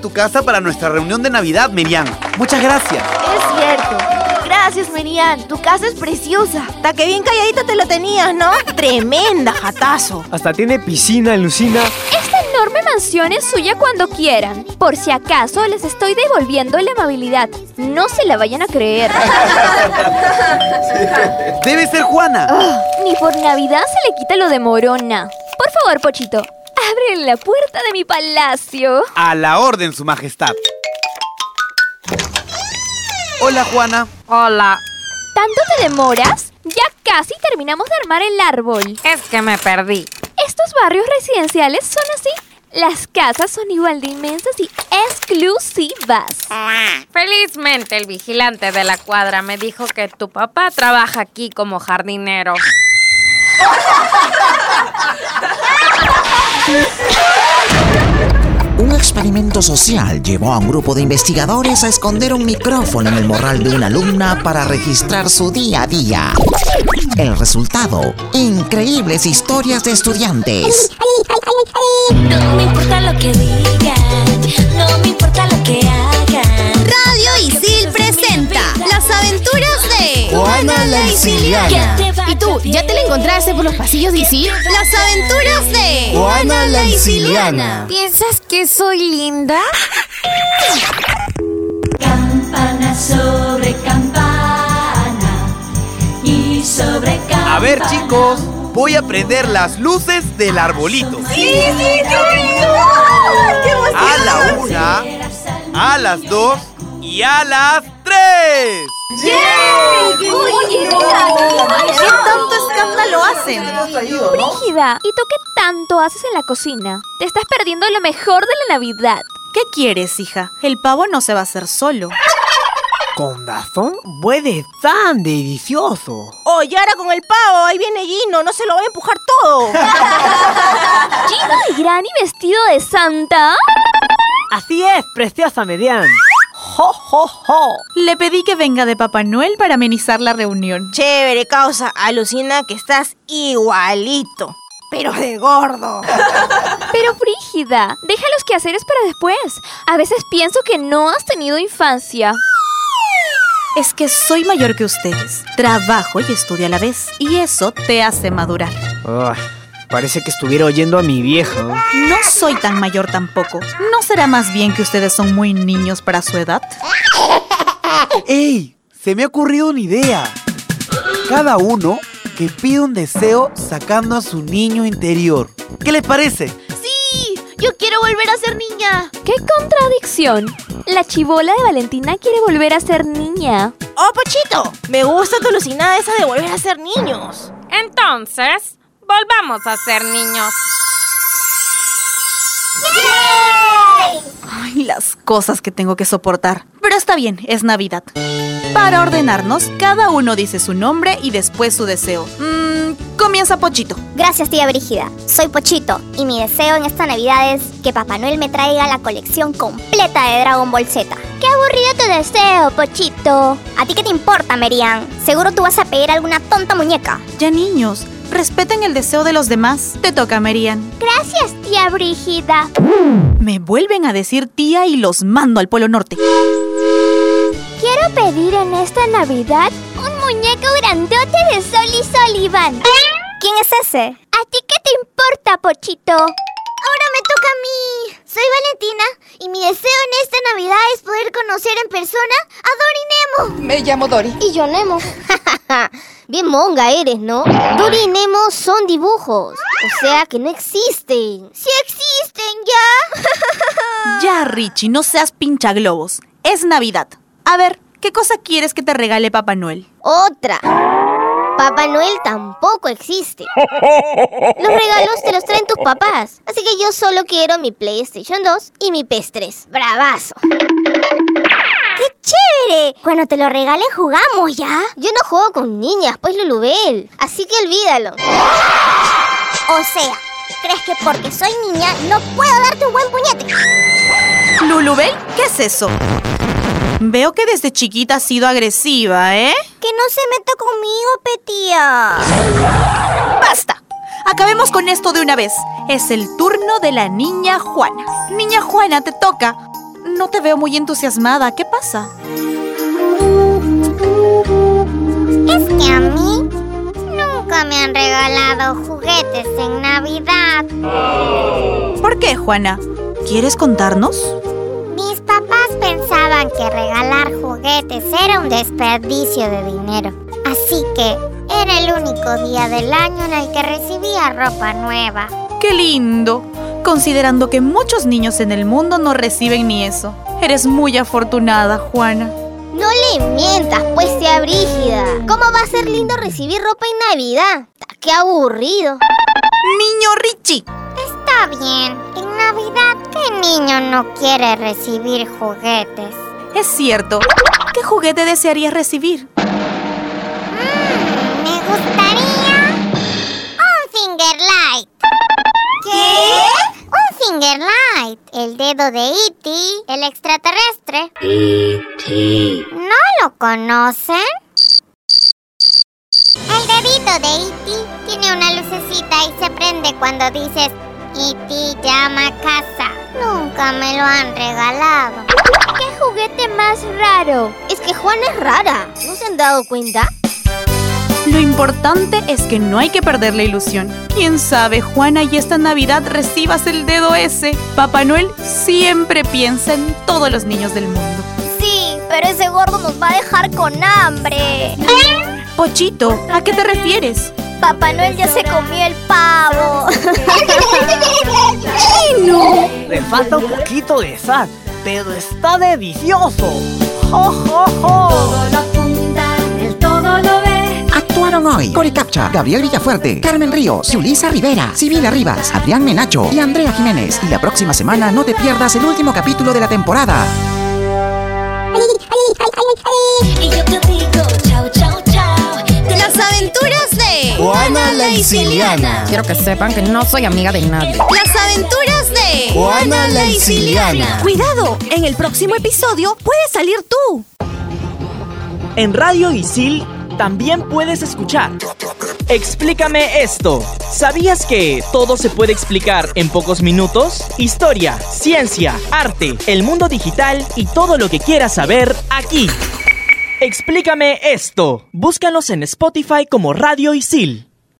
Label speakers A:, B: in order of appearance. A: tu casa para nuestra reunión de Navidad, Merian. Muchas gracias.
B: Es cierto. Gracias, Merian. Tu casa es preciosa.
C: Hasta que bien calladita te lo tenías, ¿no? Tremenda jatazo.
D: Hasta tiene piscina, Lucina.
E: Esta enorme mansión es suya cuando quieran. Por si acaso les estoy devolviendo la amabilidad. No se la vayan a creer.
A: Debe ser Juana.
E: Oh, ni por Navidad se le quita lo de morona. Por favor, Pochito, abren la puerta de mi palacio.
A: A la orden, Su Majestad. Hola, Juana.
F: Hola.
E: ¿Tanto te demoras? Ya casi terminamos de armar el árbol.
F: Es que me perdí.
E: Estos barrios residenciales son así. Las casas son igual de inmensas y exclusivas.
F: Felizmente el vigilante de la cuadra me dijo que tu papá trabaja aquí como jardinero.
G: Un experimento social llevó a un grupo de investigadores a esconder un micrófono en el morral de una alumna para registrar su día a día. El resultado, increíbles historias de estudiantes.
H: No me importa lo que digan, no me importa lo que hagan.
I: Radio Isil presenta las aventuras de
J: Juana la Isiliana.
I: ¿Y tú, ya te la encontraste por los pasillos de Isil?
J: Las aventuras de Juana la Isiliana.
F: ¿Piensas que soy linda?
H: Campana sobre campana y sobre campana.
A: A ver, chicos, voy a prender las luces del arbolito.
C: ¡Sí, sí, sí! ¡Qué emoción!
A: A la una, a las dos y a las tres.
C: ¡Yay! ¡Oye, ¿Qué tanto escándalo hacen?
E: Brígida, ¿y tú qué tanto haces en la cocina? Te estás perdiendo lo mejor de la Navidad.
C: ¿Qué quieres, hija? El pavo no se va a hacer solo.
K: Con razón, huele tan delicioso.
C: Oye, ahora con el pavo, ahí viene Gino, no se lo va a empujar todo.
E: ¿Gino de Granny vestido de santa?
K: Así es, preciosa Median. ¡Jo, jo, jo!
L: Le pedí que venga de Papá Noel para amenizar la reunión.
C: Chévere, causa. Alucina que estás igualito. Pero de gordo.
E: Pero Frígida, deja los quehaceres para después. A veces pienso que no has tenido infancia.
L: Es que soy mayor que ustedes. Trabajo y estudio a la vez. Y eso te hace madurar.
D: Ugh, parece que estuviera oyendo a mi vieja.
L: No soy tan mayor tampoco. ¿No será más bien que ustedes son muy niños para su edad?
A: ¡Ey! Se me ha ocurrido una idea. Cada uno que pide un deseo sacando a su niño interior. ¿Qué les parece?
B: ¡Sí! Yo quiero volver a ser niña.
E: ¡Qué contradicción! La chivola de Valentina quiere volver a ser niña.
C: ¡Oh, Pochito! Me gusta tu alucinada esa de volver a ser niños.
F: Entonces, volvamos a ser niños.
L: Ay, las cosas que tengo que soportar. Pero está bien, es Navidad. Para ordenarnos, cada uno dice su nombre y después su deseo. Mm, comienza Pochito.
M: Gracias, tía Brígida. Soy Pochito y mi deseo en esta Navidad es que Papá Noel me traiga la colección completa de Dragon Ball Z.
N: ¡Qué aburrido tu deseo, Pochito!
M: ¿A ti qué te importa, Merian? Seguro tú vas a pedir alguna tonta muñeca.
L: Ya, niños, respeten el deseo de los demás. Te toca, Merian.
N: Gracias, tía Brígida.
L: Me vuelven a decir tía y los mando al Polo Norte.
N: Quiero pedir en esta Navidad un muñeco grandote de Sol y Sullivan.
M: ¿Quién es ese?
N: ¿A ti qué te importa, Pochito?
O: Ahora me toca a mí. Soy Valentina y mi deseo en esta Navidad es poder conocer en persona a Dori Nemo.
P: Me llamo Dori.
O: Y yo Nemo.
M: Bien monga eres, ¿no? Dory y Nemo son dibujos. O sea que no existen.
O: Sí existen, ya.
L: ya, Richie, no seas pincha globos. Es Navidad. A ver, ¿qué cosa quieres que te regale Papá Noel?
M: Otra. Papá Noel tampoco existe. Los regalos te los traen tus papás. Así que yo solo quiero mi PlayStation 2 y mi PS3. Bravazo.
O: ¡Qué chévere!
M: Cuando te lo regalen jugamos, ¿ya? Yo no juego con niñas, pues Lulubel. Así que olvídalo.
O: O sea, ¿crees que porque soy niña no puedo darte un buen puñete?
L: ¿Lulubel? ¿Qué es eso? Veo que desde chiquita has sido agresiva, ¿eh?
O: Que no se meta conmigo, Petía.
L: ¡Basta! Acabemos con esto de una vez. Es el turno de la niña Juana. Niña Juana, te toca. no te veo muy entusiasmada. ¿Qué pasa?
O: Es que a mí nunca me han regalado juguetes en Navidad.
L: ¿Por qué, Juana? ¿Quieres contarnos?
O: Mis papás pensaban que regalar juguetes era un desperdicio de dinero. Así que era el único día del año en el que recibía ropa nueva.
L: ¡Qué lindo! Considerando que muchos niños en el mundo no reciben ni eso. Eres muy afortunada, Juana.
M: No le mientas, pues sea brígida. ¿Cómo va a ser lindo recibir ropa en Navidad? ¡Qué aburrido!
L: Niño Richie.
O: Está bien. En Navidad, ¿qué niño no quiere recibir juguetes?
L: Es cierto. ¿Qué juguete desearías recibir?
O: Mm, me gustaría un finger light. ¿Qué? Un finger light. El dedo de Iti, el extraterrestre.
H: E.T.
O: ¿No lo conocen? El dedito de Iti tiene una lucecita y se prende cuando dices Iti llama a casa. Nunca me lo han regalado.
N: ¡Qué juguete más raro!
M: Es que Juana es rara. ¿No se han dado cuenta?
L: Lo importante es que no hay que perder la ilusión. Quién sabe, Juana, y esta Navidad recibas el dedo ese. Papá Noel siempre piensa en todos los niños del mundo.
B: Sí, pero ese gordo nos va a dejar con hambre.
L: Pochito, ¿a qué te refieres?
B: Papá Noel ya se comió el pavo.
K: no! Le falta un poquito de sal, pero está delicioso. ¡Jo, jo, jo!
G: Actuaron hoy Cori Capcha, Gabriel Villafuerte, Carmen Ríos, Yulisa Rivera, Sibila Rivas, Adrián Menacho y Andrea Jiménez. Y la próxima semana no te pierdas el último capítulo de la temporada.
H: Y yo te digo, chao, chao, chao. De
I: Las aventuras de
P: Juana la Isiliana.
F: Quiero que sepan que no soy amiga de nadie.
I: Las aventuras de
P: Juana la Isiliana.
I: Cuidado, en el próximo episodio puedes salir tú.
K: En Radio Isil también puedes escuchar. Explícame esto. ¿Sabías que todo se puede explicar en pocos minutos? Historia, ciencia, arte, el mundo digital y todo lo que quieras saber aquí. Explícame esto. Búscanos en Spotify como Radio Isil.